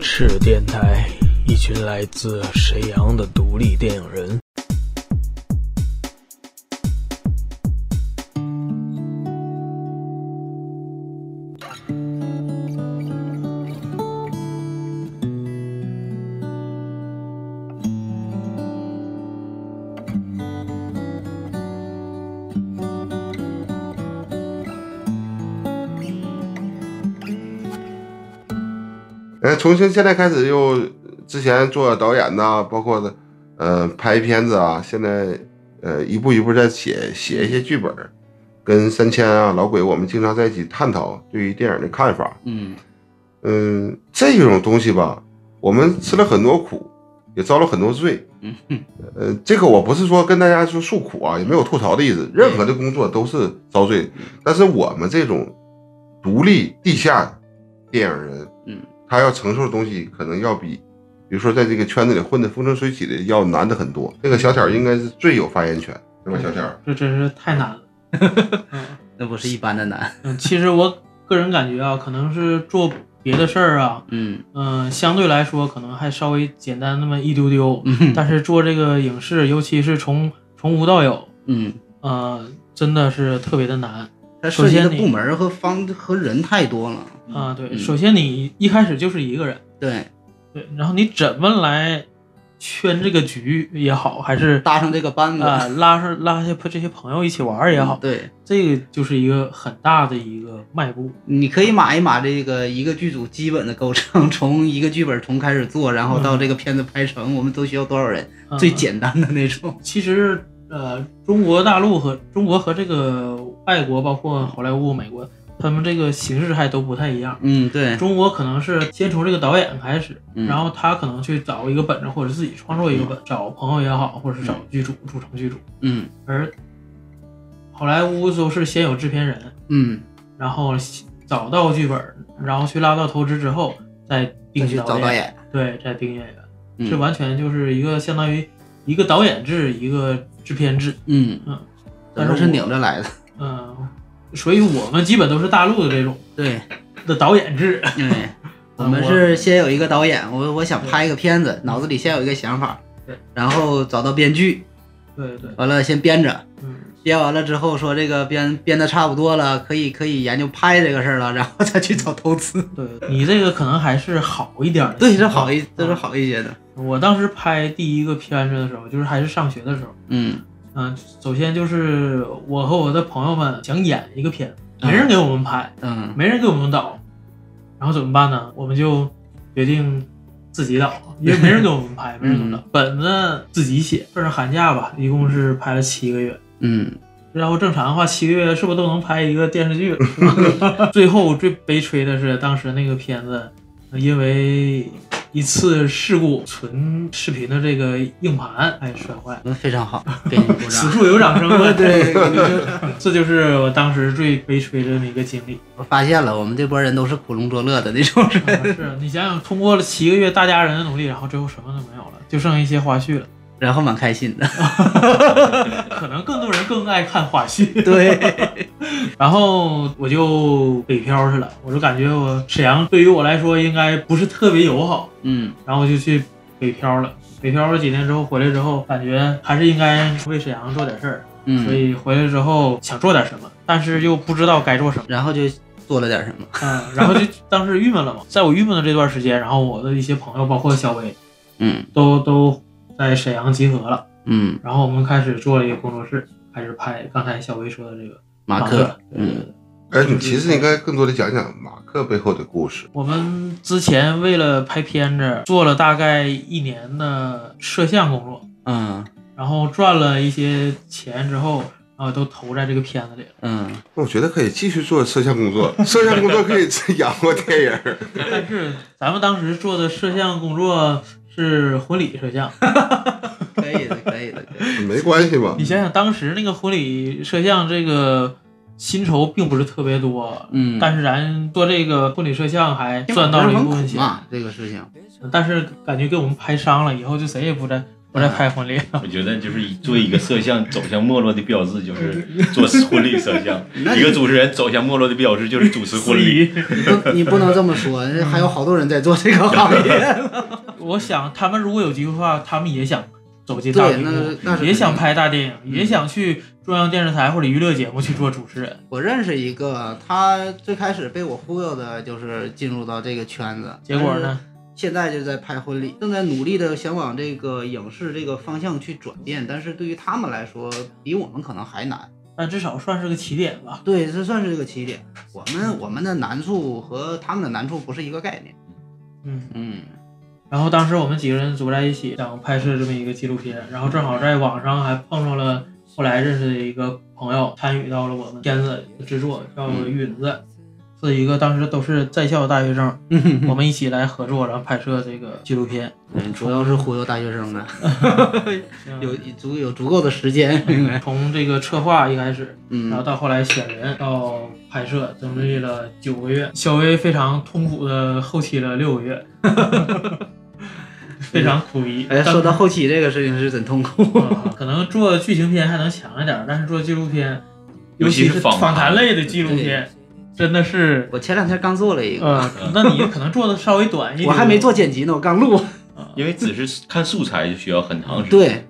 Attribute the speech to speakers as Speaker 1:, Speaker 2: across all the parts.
Speaker 1: 赤电台，一群来自沈阳的独立电影人。
Speaker 2: 哎，从现现在开始又之前做导演呐、包括的呃拍片子啊，现在呃一步一步在写写一些剧本儿，跟三千啊老鬼我们经常在一起探讨对于电影的看法。
Speaker 3: 嗯
Speaker 2: 嗯，这种东西吧，我们吃了很多苦，也遭了很多罪。
Speaker 3: 嗯哼
Speaker 2: 呃，这个我不是说跟大家说诉苦啊，也没有吐槽的意思。任何的
Speaker 3: 嗯
Speaker 2: 工作都是遭罪，但是我们这种独立地下电影人，
Speaker 3: 嗯，
Speaker 2: 他要承受的东西可能要比，比如说在这个圈子里混得风生水起的要难的很多。这个小挑应该是最有发言权，对吧？小挑，
Speaker 4: 这真是太难了。
Speaker 3: 那不是一般的难。
Speaker 4: 嗯，其实我个人感觉啊，可能是做别的事儿啊，
Speaker 3: 嗯
Speaker 4: 嗯、相对来说可能还稍微简单那么一丢丢，
Speaker 3: 嗯
Speaker 4: 但是做这个影视，尤其是从从无到有，
Speaker 3: 嗯，
Speaker 4: 呃，真的是特别的难。
Speaker 3: 它涉及的
Speaker 4: 首先你
Speaker 3: 部门和方和人太多了。
Speaker 4: 啊、对，
Speaker 3: 嗯
Speaker 4: 首先你一开始就是一个人，
Speaker 3: 对，
Speaker 4: 对，然后你怎么来圈这个局也好，还是
Speaker 3: 搭上这个班子，
Speaker 4: 啊、拉上拉下这些朋友一起玩儿也好，
Speaker 3: 嗯对，
Speaker 4: 这个就是一个很大的一个迈步。
Speaker 3: 你可以码一码这个一个剧组基本的构成，从一个剧本从开始做，然后到这个片子拍成，我们都需要多少人？
Speaker 4: 嗯
Speaker 3: 最简单的那种。
Speaker 4: 其实呃，中国大陆和中国和这个外国，包括好莱坞、美国，他们这个形式还都不太一样。
Speaker 3: 嗯，对，
Speaker 4: 中国可能是先从这个导演开始，
Speaker 3: 嗯
Speaker 4: 然后他可能去找一个本子，或者自己创作一个本，找朋友也好，或者是找剧组组成剧组。
Speaker 3: 嗯
Speaker 4: 而好莱坞都是先有制片人，
Speaker 3: 嗯，
Speaker 4: 然后找到剧本，然后去拉到投资之后，再
Speaker 3: 再
Speaker 4: 定
Speaker 3: 去找导，演。
Speaker 4: 对，再定演员。
Speaker 3: 嗯
Speaker 4: 这完全就是一个相当于一个导演制，一个制片制。
Speaker 3: 嗯
Speaker 4: 嗯，
Speaker 3: 咱都
Speaker 4: 但是
Speaker 3: 是
Speaker 4: 我
Speaker 3: 拧着 来的。
Speaker 4: 嗯，所以我们基本都是大陆的这种
Speaker 3: 对，
Speaker 4: 的导演制。
Speaker 3: 因为我们是先有一个导演，我我想拍一个片子，脑子里先有一个想法
Speaker 4: 对，
Speaker 3: 然后找到编剧，
Speaker 4: 对对，
Speaker 3: 完了先编着，
Speaker 4: 嗯，
Speaker 3: 编完了之后说这个编编的差不多了，可以可以研究拍这个事儿了，然后再去找投资。
Speaker 4: 对你这个可能还是好一点儿的
Speaker 3: 对，
Speaker 4: 情况。
Speaker 3: 这好一这是好一些的。
Speaker 4: 我当时拍第一个片子的时候，就是还是上学的时候，
Speaker 3: 嗯
Speaker 4: 嗯，首先就是我和我的朋友们想演一个片子，没人给我们拍，
Speaker 3: 嗯
Speaker 4: 没人给我们导，然后怎么办呢？我们就决定自 己导，因为没人给我们拍，没人给我们导，
Speaker 3: 嗯
Speaker 4: 本子自己写。这是寒假吧，一共是拍了七个月。
Speaker 3: 嗯
Speaker 4: 然后正常的话，七个月是不是都能拍一个电视剧了？是吧最后最悲催的是，当时那个片子因为一次事故，存视频的这个硬盘哎摔坏了。
Speaker 3: 嗯，非常好，给你鼓
Speaker 4: 此
Speaker 3: 掌。
Speaker 4: 处有掌声吗？
Speaker 3: 对，
Speaker 4: 这就是我当时最悲催的那个经历。
Speaker 3: 我发现了，我们这波人都是苦中作乐的那种人。
Speaker 4: 啊是你想想，通过了七个月大家人的努力，然后最后什么都没有了，就剩一些花絮了。
Speaker 3: 然后蛮开心的。
Speaker 4: 可能更多人更爱看花絮。
Speaker 3: 对，
Speaker 4: 然后我就北漂去了，我就感觉我沈阳对于我来说应该不是特别友好，
Speaker 3: 嗯
Speaker 4: 然后我就去北漂了。北漂了几年之后回来之后，感觉还是应该为沈阳做点事儿，所
Speaker 3: 嗯，
Speaker 4: 以回来之后想做点什么，但是又不知道该做什么。
Speaker 3: 然后就做了点什么。
Speaker 4: 嗯， 然后就当时郁闷了嘛，在我郁闷的这段时间，然后我的一些朋友，包括小伟，
Speaker 3: 嗯
Speaker 4: 都都在沈阳集合了，
Speaker 3: 嗯，
Speaker 4: 然后我们开始做了一个工作室，开始拍刚才小伟说的这个
Speaker 3: 马克，嗯。
Speaker 2: 哎，你其实应该更多的讲讲马克背后的故事。
Speaker 4: 我们之前为了拍片子，做了大概一年的摄像工作，
Speaker 3: 嗯
Speaker 4: 然后赚了一些钱之后，然后都投在这个片子里了。
Speaker 3: 嗯，
Speaker 2: 我觉得可以继续做摄像工作，摄像工作可以养活电影儿。
Speaker 4: 但是咱们当时做的摄像工作是婚礼摄像，
Speaker 3: 可以的，可以的，可以的。
Speaker 2: 没关系嘛
Speaker 4: 你。想想当时那个婚礼摄像这个薪酬并不是特别多，
Speaker 3: 嗯，
Speaker 4: 但是咱做这个婚礼摄像还赚到了一部分
Speaker 3: 很苦
Speaker 4: 钱，
Speaker 3: 嘛，这个事情。
Speaker 4: 但是感觉给我们拍伤了，以后就谁也不再我
Speaker 3: 啊
Speaker 4: 在拍婚礼。
Speaker 5: 我觉得就是作为一个摄像走向没落的标志，就是做婚礼摄像；一个主持人走向没落的标志就是主持
Speaker 4: 司
Speaker 5: 婚礼。
Speaker 4: 仪，
Speaker 3: 你不你不能这么说，还有好多人在做这个行业。
Speaker 4: 我想他们如果有机会的话，他们也想走进大
Speaker 3: 对
Speaker 4: 屏
Speaker 3: 那
Speaker 4: 幕
Speaker 3: 那，是
Speaker 4: 也想
Speaker 3: 肯定嗯
Speaker 4: 拍大电影，也想去中央电视台或者娱乐节目去做主持人。
Speaker 3: 我认识一个，他最开始被我忽悠的，就是进入到这个圈子，
Speaker 4: 结果？呢，
Speaker 3: 现在就在拍婚礼，正在努力的想往这个影视这个方向去转变，但是对于他们来说，比我们可能还难。
Speaker 4: 但至少算是个起点吧。
Speaker 3: 对，这算是这个起点。我们我们的难处和他们的难处不是一个概念。
Speaker 4: 嗯，
Speaker 3: 嗯，
Speaker 4: 然后当时我们几个人组在一起，想拍摄这么一个纪录片，然后正好在网上还碰上了后来认识的一个朋友，参与到了我们片子的制作，叫
Speaker 5: 嗯
Speaker 4: 云子，是一个当时都是在校的大 学生，我们一起来合作，然后拍摄这个纪录片。
Speaker 3: 嗯主要是忽悠大学生 的，
Speaker 4: 嗯
Speaker 3: 有足有足够的时间， 应该。
Speaker 4: 从这个策划一开始，然后
Speaker 3: 嗯，
Speaker 4: 到后来选人到拍摄，经历了九个月，小薇非常痛苦的后期了六个月， 非常苦逼。
Speaker 3: 哎，说到后期这个事情是真痛苦。
Speaker 4: 啊可能做剧情片还能强一点，但是做纪录片，尤
Speaker 5: 尤其
Speaker 4: 其
Speaker 5: 是
Speaker 4: 是
Speaker 5: 访谈
Speaker 4: 访谈类的纪录片，真的是，
Speaker 3: 我前两天刚做了一个，
Speaker 4: 呃，
Speaker 5: 嗯
Speaker 4: 那你可能做的稍微短一点，
Speaker 3: 我还没做剪辑呢，我刚 录。
Speaker 5: 因为只是看素材就需要很长时间，
Speaker 3: 对，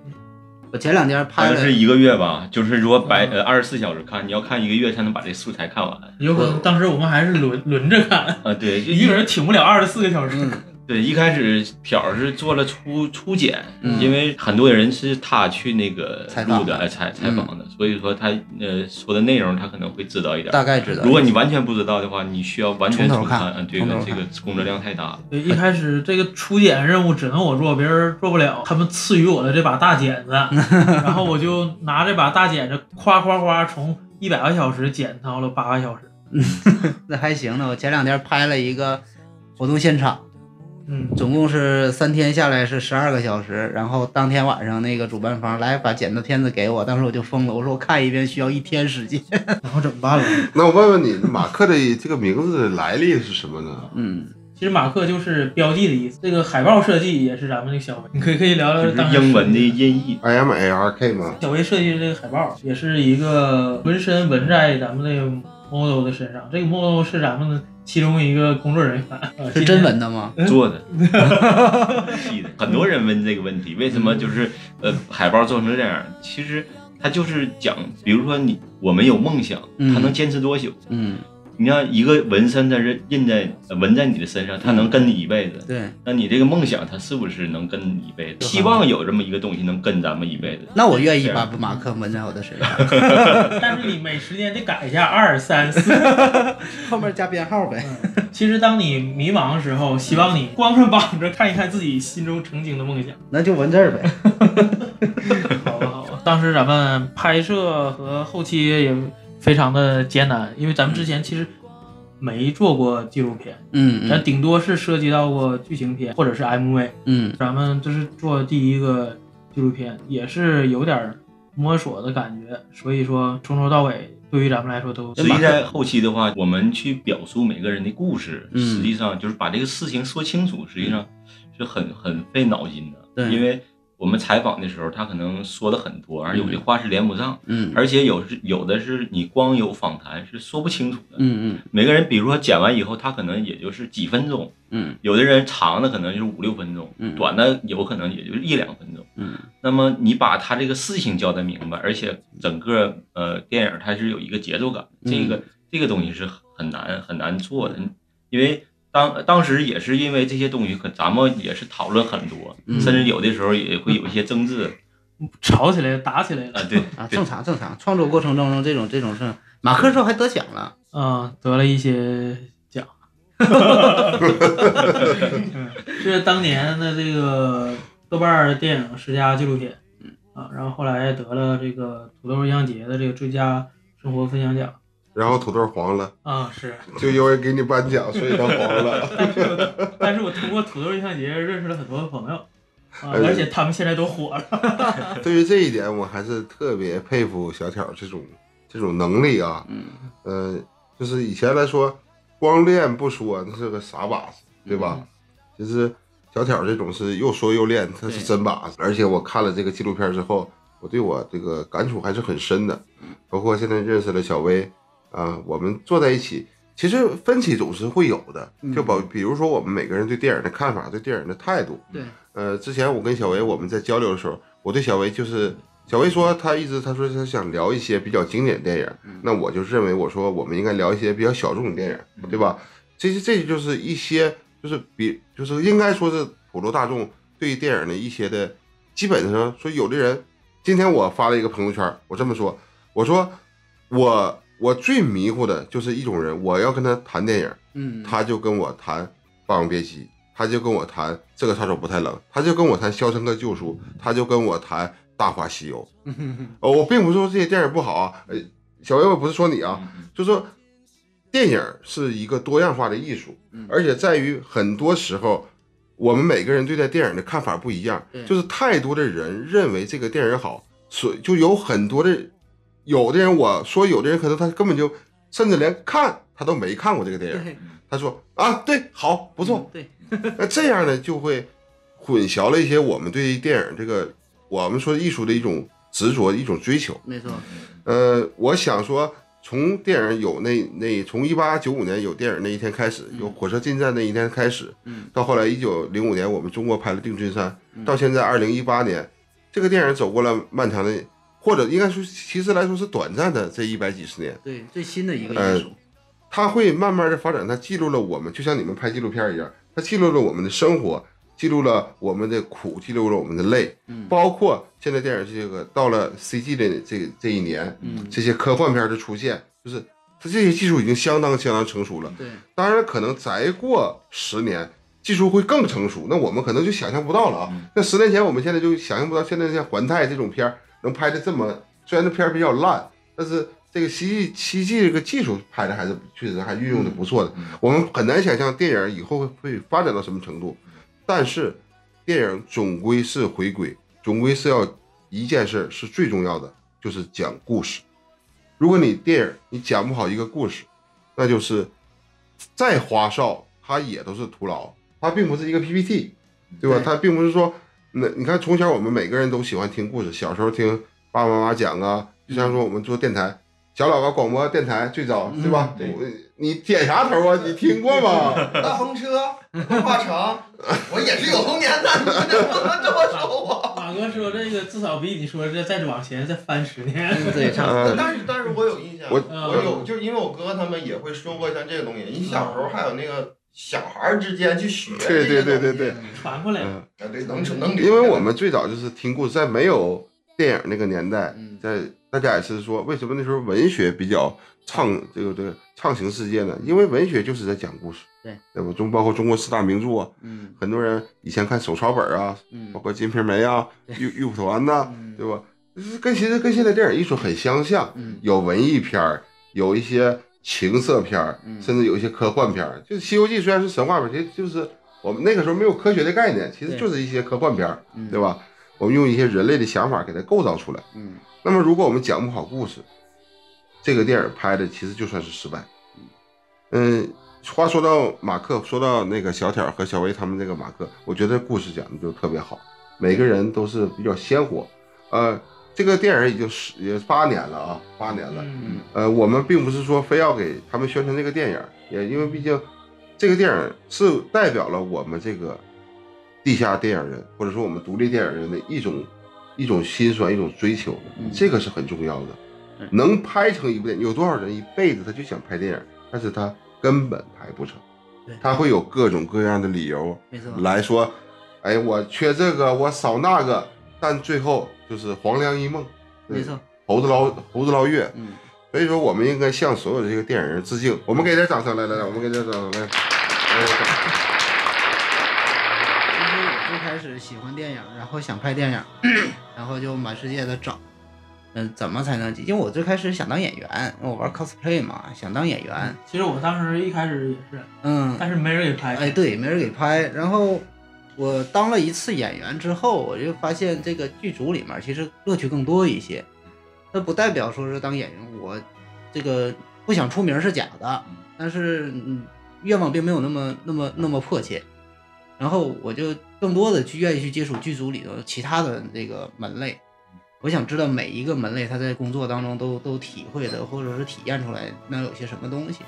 Speaker 3: 我前两天
Speaker 5: 好
Speaker 3: 拍
Speaker 5: 像是
Speaker 3: 了，
Speaker 5: 一个月吧，就是如果白呃二十四小时看，你要看一个月才能把这素材看完
Speaker 4: 有可能当时我们还是轮轮着看，
Speaker 5: 啊。对，就
Speaker 4: 一个人挺不了二十四个小时。
Speaker 3: 嗯，
Speaker 5: 对，一开始挑儿是做了初初剪，
Speaker 3: 嗯
Speaker 5: 因为很多人是他去那个
Speaker 3: 采访
Speaker 5: 录的，哎采采访的，所以说他呃说的内容他可能会知道一点。
Speaker 3: 大概知道。
Speaker 5: 如果你完全不知道的话，你需要完全
Speaker 3: 从头
Speaker 5: 重
Speaker 3: 看
Speaker 5: 嗯，这
Speaker 3: 从
Speaker 5: 个
Speaker 3: 头
Speaker 5: 这个工作量太大了。
Speaker 4: 对，一开始这个初检任务只能我做，别人做不了。他们赐予我的这把大剪 子，然后我就拿这把大剪子，夸夸夸，从一百个小时剪到了八个小时。
Speaker 3: 那还行呢，我前两天拍了一个活动现场，
Speaker 4: 嗯，
Speaker 3: 总共是三天下来是十二个小时，然后当天晚上那个主办方来把剪的片子给我，当时我就疯了，我说我看一遍需要一天时间。
Speaker 4: 然后怎么办了？
Speaker 2: 那我问问你，马克的这个名字的来历是什么呢？
Speaker 3: 嗯，
Speaker 4: 其实马克就是标记的意思，这个海报设计也是咱们这个小薇，你可以可以聊
Speaker 5: 就
Speaker 4: 聊呃当
Speaker 5: 是
Speaker 4: 时
Speaker 5: 英文的音译，
Speaker 2: I M A R K 吗？
Speaker 4: 小薇设计的这个海报，也是一个纹身纹在咱们这个 model 的身上。这个 model 是咱们的其中一个工作人员，呃
Speaker 3: 是真。纹的吗？
Speaker 5: 做的， 细的。很多人问这个问题，为什么就是呃海报做成这样？其实它就是讲，比如说你我们有梦想，
Speaker 3: 嗯
Speaker 5: 它能坚持多久？
Speaker 3: 嗯，
Speaker 5: 你像一个纹身，它是印在呃纹在你的身上，它能跟你一辈子。
Speaker 3: 对。
Speaker 5: 那你这个梦想，它是不是能跟你一辈子？
Speaker 3: 对
Speaker 5: 希望有这么一个东西能跟咱们一辈子。
Speaker 3: 那我愿意把
Speaker 5: 这样
Speaker 3: 马克纹在我的身 上，
Speaker 4: 今天但是你每十年得改一下二三四。
Speaker 3: 后面加编号呗。
Speaker 4: 其实，当你迷茫的时候，希望你光着膀子看一看自己心中曾经的梦想，
Speaker 3: 那就纹这儿呗。
Speaker 4: 好吧，好啊吧。 当时咱们拍摄和后期也非常的艰难，因为咱们之前其实没做过纪录片，
Speaker 3: 嗯
Speaker 4: 咱顶多是涉及到过剧情片或者是 MV。
Speaker 3: 嗯
Speaker 4: 咱们这是做第一个纪录片，也是有点儿摸索的感觉，所以说从头到尾对于咱们来说都
Speaker 5: 实际在后期的话，我们去表述每个人的故事，
Speaker 3: 嗯
Speaker 5: 实际上就是把这个事情说清楚，实际上是很很费脑筋的。
Speaker 3: 对
Speaker 5: 因为我们采访的时候，他可能说的很多，而有的话是连不上，
Speaker 3: 嗯
Speaker 5: 而且有是有的是你光有访谈是说不清楚的。
Speaker 3: 嗯
Speaker 5: 每个人，比如说剪完以后，他可能也就是几分钟，
Speaker 3: 嗯
Speaker 5: 有的人长的可能就是五六分钟，
Speaker 3: 嗯
Speaker 5: 短的有可能也就是一两分钟。
Speaker 3: 嗯
Speaker 5: 那么你把他这个事情交代明白，而且整个呃电影它是有一个节奏感，
Speaker 3: 嗯
Speaker 5: 这个、这个东西是很难很难做的，因为当当时也是因为这些东西，可咱们也是讨论很多，
Speaker 3: 嗯
Speaker 5: 甚至有的时候也会有一些争执
Speaker 4: 吵起来了，打起来了
Speaker 5: 啊。。对
Speaker 3: 啊，
Speaker 5: 对
Speaker 3: 正常正常。创作过程当中这种这种
Speaker 2: 嗯
Speaker 3: 事，马克说还得奖了。
Speaker 4: 嗯，得了一些奖。 嗯，这是当年的这个豆瓣儿电影十佳纪录片，啊，然后后来得了这个土豆音像节的这个最佳生活分享奖，
Speaker 2: 然后土豆黄了，
Speaker 4: 啊是，
Speaker 2: 就因为给你颁奖，所以他黄了。
Speaker 4: 但是我但是我通过土豆音像节认识了很多朋友，啊，
Speaker 2: 哎
Speaker 4: 而且他们现在都火了，
Speaker 2: 对于这一点，我还是特别佩服小挑这种这种能力啊。
Speaker 3: 嗯
Speaker 2: 呃，
Speaker 3: 嗯
Speaker 2: 就是以前来说，光练不说那是个傻把子，对吧？其实小挑这种是又说又练，他是
Speaker 5: 对
Speaker 2: 真把。而且我看了这个纪录片之后，我对我这个感触还是很深的。
Speaker 3: 嗯
Speaker 2: 包括现在认识了小薇，啊、我们坐在一起，其实分歧总是会有的。
Speaker 3: 嗯
Speaker 2: 就保，比如说我们每个人对电影的看法、对电影的态度，
Speaker 3: 对，
Speaker 2: 呃，之前我跟小维我们在交流的时候，我对小维就是小维说他一直他说他想聊一些比较经典的电影，那我就认为我说我们应该聊一些比较小众的电影，对吧？这些这就是一些就是比就是应该说是普罗大众对电影的一些的基本上说有的人，今天我发了一个朋友圈，我这么说，我说我我最迷糊的就是一种人，我要跟他谈电影，
Speaker 3: 嗯，
Speaker 2: 他就跟我谈《霸王别姬》，他就跟我谈《这个杀手不太冷》，他就跟我谈《肖申克救赎》，他就跟我谈《大话西游》哦。我并不是说这些电影不好啊，呃，小薇，我不是说你啊，
Speaker 5: 嗯
Speaker 2: 就说电影是一个多样化的艺术，而且在于很多时候。我们每个人对待电影的看法不一样
Speaker 3: 对，
Speaker 2: 就是太多的人认为这个电影好，所以就有很多的，有的人我说有的人可能他根本就甚至连看他都没看过这个电影，
Speaker 3: 对，
Speaker 2: 他说啊，对，好，不错。
Speaker 3: 对，
Speaker 2: 那这样呢，就会混淆了一些我们对电影这个我们说艺术的一种执着、一种追求。
Speaker 3: 没错，
Speaker 2: 呃，我想说，从电影有那那从一八九五年有电影那一天开始，有火车进站那一天开始，
Speaker 3: 嗯，
Speaker 2: 到后来一九零五年我们中国拍了《定军山》，到现在二零一八年，这个电影走过了漫长的，或者应该说其实来说是短暂的这一百几十年。
Speaker 3: 对，最新的一个艺术，
Speaker 2: 呃它会慢慢的发展，它记录了我们，就像你们拍纪录片一样，它记录了我们的生活，记录了我们的苦，记录了我们的累，
Speaker 3: 嗯
Speaker 2: 包括现在电影这个到了 CG 的这这一年，
Speaker 3: 嗯
Speaker 2: 这些科幻片的出现，就是它这些技术已经相当相当成熟了。
Speaker 3: 对，
Speaker 2: 当然，可能再过十年，技术会更成熟，那我们可能就想象不到了啊。那十年前，我们现在就想象不到，现在像环太这种片儿能拍的这么，虽然这片儿比较烂，但是这个西技西技这个技术拍的还是确实还运用的不错的。我们很难想象电影以后会会发展到什么程度，但是电影总归是回归，总归是要一件事儿是最重要的，就是讲故事。如果你电影你讲不好一个故事，那就是再花哨，它也都是徒劳。它并不是一个 PPT，对吧？
Speaker 3: 对
Speaker 2: 它并不是说，那你看从小我们每个人都喜欢听故事，小时候听爸爸妈妈讲啊，就像说我们做电台，小喇叭广播电台最早对吧？
Speaker 5: 对
Speaker 2: 我你点啥头啊？你听过吗？
Speaker 6: 大风车、文化城，我也是有童年的，你不能这么说我。
Speaker 4: 马哥说这个至少比你说这再往前再翻十年，
Speaker 3: 对，差不多，
Speaker 2: 呃，
Speaker 6: 但是但是我有印象，
Speaker 2: 我
Speaker 6: 我有，就是因为我哥他们也会说过像这个东西。你小时候还有那个小孩儿之间去学这
Speaker 2: 对对
Speaker 6: 些东
Speaker 2: 对
Speaker 6: 西，
Speaker 2: 对对，
Speaker 4: 传过来了。
Speaker 2: 嗯。
Speaker 6: 啊对，能成能理解
Speaker 2: 因为我们最早就是听故事，在没有电影那个年代
Speaker 3: 嗯，
Speaker 2: 在大家也是说，为什么那时候文学比较畅这个这个畅行世界呢？因为文学就是在讲故事，
Speaker 3: 对
Speaker 2: 对吧？中包括中国四大名著啊，
Speaker 3: 嗯
Speaker 2: 很多人以前看手抄本啊，
Speaker 3: 嗯
Speaker 2: 包括《金瓶梅》啊，《玉玉蒲团》呐，
Speaker 3: 嗯
Speaker 2: 对吧？就是跟其实跟现在电影艺术很相像，
Speaker 3: 嗯
Speaker 2: 有文艺片儿，有一些情色片儿，
Speaker 3: 嗯
Speaker 2: 甚至有一些科幻片儿。就《西游记》虽然是神话片，其实就是我们那个时候没有科学的概念，其实
Speaker 3: 对
Speaker 2: 就是一些科幻片儿，
Speaker 3: 嗯
Speaker 2: 对吧？我们用一些人类的想法给它构造出来。
Speaker 3: 嗯
Speaker 2: 那么，如果我们讲不好故事，这个电影拍的其实就算是失败。嗯，话说到马克，说到那个小挑和小薇他们这个马克，我觉得故事讲的就特别好，每个人都是比较鲜活。呃，这个电影已经十也八年了啊，八年了。
Speaker 4: 嗯，
Speaker 2: 呃，我们并不是说非要给他们宣传这个电影，也因为毕竟这个电影是代表了我们这个地下电影人或者说我们独立电影人的一种一种心酸、一种追求，这个是很重要的。能拍成一部电影，有多少人一辈子他就想拍电影，但是他根本拍不成
Speaker 3: 对，
Speaker 2: 他会有各种各样的理由
Speaker 3: 没错，
Speaker 2: 来说，哎，我缺这个，我少那个，但最后就是黄粱一梦，
Speaker 3: 没错，
Speaker 2: 猴子捞猴子捞月，
Speaker 3: 嗯，
Speaker 2: 所以说，我们应该向所有的这个电影人致敬。我们给点掌声，来来来，我们给点掌声，来。来
Speaker 3: 其实我最开始喜欢电影，然后想拍电影， 然后就满世界的找，嗯，怎么才能进？因为我最开始想当演员，我玩 cosplay 嘛，想当演员，
Speaker 4: 其实我当时一开始也是，
Speaker 3: 嗯，
Speaker 4: 但是没人给拍。
Speaker 3: 哎，对，没人给拍。然后我当了一次演员之后，我就发现这个剧组里面其实乐趣更多一些。那不代表说是当演员，我这个不想出名是假的
Speaker 5: 嗯，
Speaker 3: 但是嗯，愿望并没有那么那么那么迫切。然后我就更多的去愿意去接触剧组里头其他的这个门类，我想知道每一个门类他在工作当中都都体会的或者是体验出来能有些什么东西。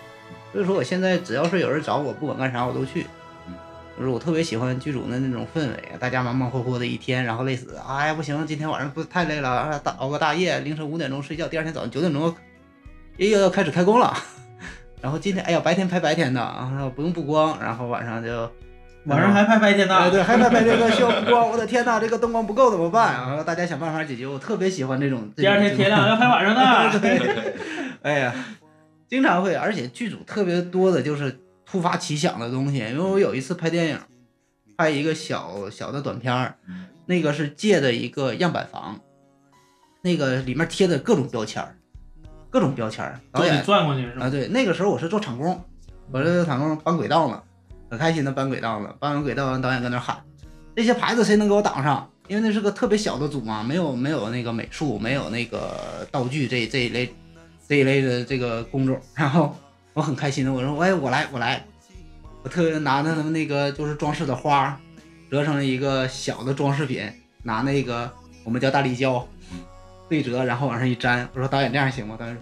Speaker 3: 所以说我现在只要是有人找我，不管干啥我都去。
Speaker 4: 嗯
Speaker 3: 就是我特别喜欢剧组的那种氛围啊，大家忙忙活活的一天，然后累死，哎呀不行，今天晚上不太累了，啊大熬个大夜，凌晨五点钟睡觉，第二天早上九点钟哎又要开始开工了。 然后今天哎呀白天拍白天的啊，不用补光，然后晚上就
Speaker 4: 晚上还拍白天
Speaker 3: 哎，
Speaker 4: 呢，
Speaker 3: 对，还拍拍这个需要布光，我的天呐，这个灯光不够怎么办啊？然后大家想办法解决。我特别喜欢这种。这种
Speaker 4: 第二天天亮要拍晚上 的，
Speaker 3: 对， 哎呀，经常会，而且剧组特别多的就是突发奇想的东西。因为我有一次拍电影，拍一个小小的短片儿，
Speaker 4: 嗯
Speaker 3: 那个是借的一个样板房，那个里面贴的各种标签儿，各种标签儿。导
Speaker 4: 都
Speaker 3: 演
Speaker 4: 得转过去是吧
Speaker 3: 啊，？对，那个时候我是做场工，我是场工搬轨道呢，可开心的搬轨道了，搬完轨道完导演搁那喊，这些牌子谁能给我挡上？因为那是个特别小的组嘛，没有没有那个美术，没有那个道具这这一类这一类的这个工种，然后我很开心的我说哎我来我来，我特别拿那他们那个就是装饰的花，折成了一个小的装饰品，拿那个我们叫大力胶对折，然后往上一粘，我说导演这样行吗？导演说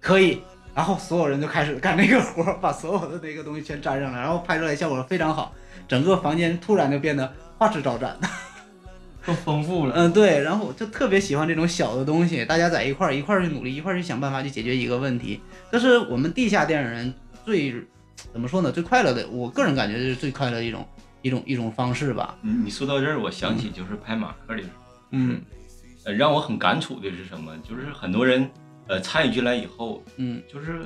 Speaker 3: 可以，然后所有人就开始干那个活儿，把所有的那个东西全粘上了，然后拍出来效果非常好，整个房间突然就变得花枝招 展。
Speaker 4: 更丰富了。
Speaker 3: 嗯，对，然后我就特别喜欢这种小的东西，大家在一块儿一块儿去努力，一块儿去想办法去解决一个问题，这是我们地下电影人最怎么说呢？最快乐的，我个人感觉就是最快乐的一种一种一种方式吧。
Speaker 5: 你你说到这儿，我想起就是拍马克的时候。
Speaker 3: 嗯
Speaker 5: 呃，让我很感触的是什么？就是很多人，呃，参与进来以后，
Speaker 3: 嗯，
Speaker 5: 就是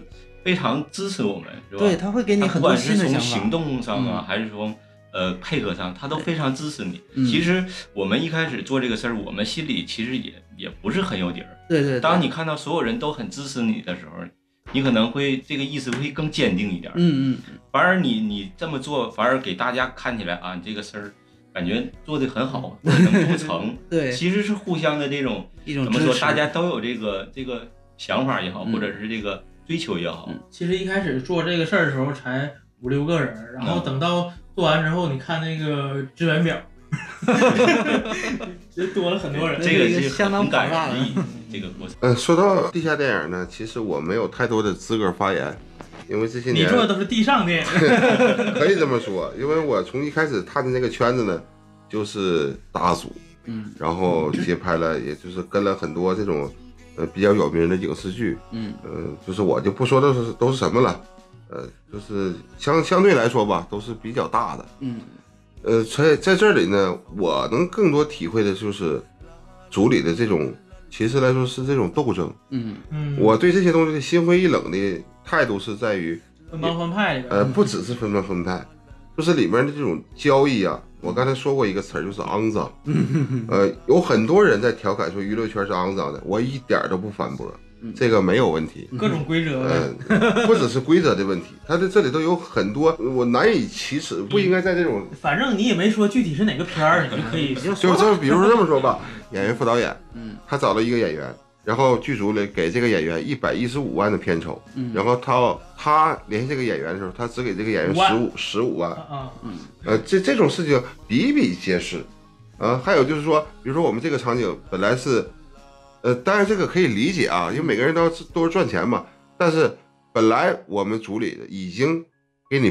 Speaker 5: 非常支持我们，是吧？
Speaker 3: 对，他会给你
Speaker 5: 他
Speaker 3: 很
Speaker 5: 不
Speaker 3: 多
Speaker 5: 管
Speaker 3: 新
Speaker 5: 是
Speaker 3: 的
Speaker 5: 从
Speaker 3: 想
Speaker 5: 行
Speaker 3: 法。
Speaker 5: 动上啊，还是从呃配合上，他都非常支持你。
Speaker 3: 嗯
Speaker 5: 其实我们一开始做这个事儿，我们心里其实也也不是很有底儿。
Speaker 3: 对对对，
Speaker 5: 当你看到所有人都很支持你的时候，你可能会这个意识会更坚定一点儿。
Speaker 3: 嗯嗯嗯，
Speaker 5: 反而你你这么做，反而给大家看起来啊，你这个事儿感觉做的很好，或者能做成
Speaker 3: 对
Speaker 5: 其实是互相的这种。
Speaker 3: 一种
Speaker 5: 怎么
Speaker 3: 支
Speaker 5: 说，
Speaker 3: 持
Speaker 5: 大家都有这个这个想法也好，
Speaker 3: 嗯
Speaker 5: 或者是这个追求也好，
Speaker 3: 嗯
Speaker 4: 其实一开始做这个事儿的时候才五六个人，然后
Speaker 5: 嗯
Speaker 4: 等到做完之后，你看那个支援 表，就多了很多人。
Speaker 5: 这个
Speaker 3: 一个
Speaker 5: 是
Speaker 3: 相当
Speaker 5: 很感
Speaker 3: 庞大的
Speaker 5: 人的这个过程。
Speaker 2: 嗯，说到地下电影呢，其实我没有太多的资格发言，因为这些
Speaker 4: 你
Speaker 2: 年
Speaker 4: 做的都是地上电影，
Speaker 2: 可以这么说，因为我从一开始踏进这个圈子呢，就是大组，
Speaker 3: 嗯
Speaker 2: 然后接拍了，也就是跟了很多这种呃比较有名的影视剧，
Speaker 3: 嗯
Speaker 2: 呃，就是我就不说都是都是什么了，呃，就是相相对来说吧，都是比较大的。
Speaker 3: 嗯
Speaker 2: 呃，在在这里呢，我能更多体会的就是组里的这种，其实来说是这种斗争。
Speaker 3: 嗯
Speaker 4: 嗯，
Speaker 2: 我对这些东西心灰意冷的态度是在于，
Speaker 4: 分帮分派里边，
Speaker 2: 呃，不只是分分分派，就是里面的这种交易啊。我刚才说过一个词儿，就是肮脏。呃，有很多人在调侃说娱乐圈是肮脏的，我一点儿都不反驳
Speaker 3: 嗯，
Speaker 2: 这个没有问题。
Speaker 4: 各种规则呗。
Speaker 2: 呃，不只是规则的问题，它的这里头有很多我难以启齿，不应该在这种
Speaker 4: 反正你也没说具体是哪个片儿，你就可以
Speaker 2: 就就比如说这么说吧，演员副导演，
Speaker 3: 嗯，
Speaker 2: 他找了一个演员，然后剧组里给这个演员一百一十五万的片酬，
Speaker 3: 嗯
Speaker 2: 然后他他联系这个演员的时候，他只给这个演员
Speaker 4: 五
Speaker 2: 十
Speaker 4: 万
Speaker 2: 五十五万，
Speaker 4: 啊，
Speaker 2: 呃，这这种事情比比皆是，啊，还有就是说，比如说我们这个场景本来是，呃，当然这个可以理解啊，因为每个人都要都是赚钱嘛，但是本来我们组里已经给你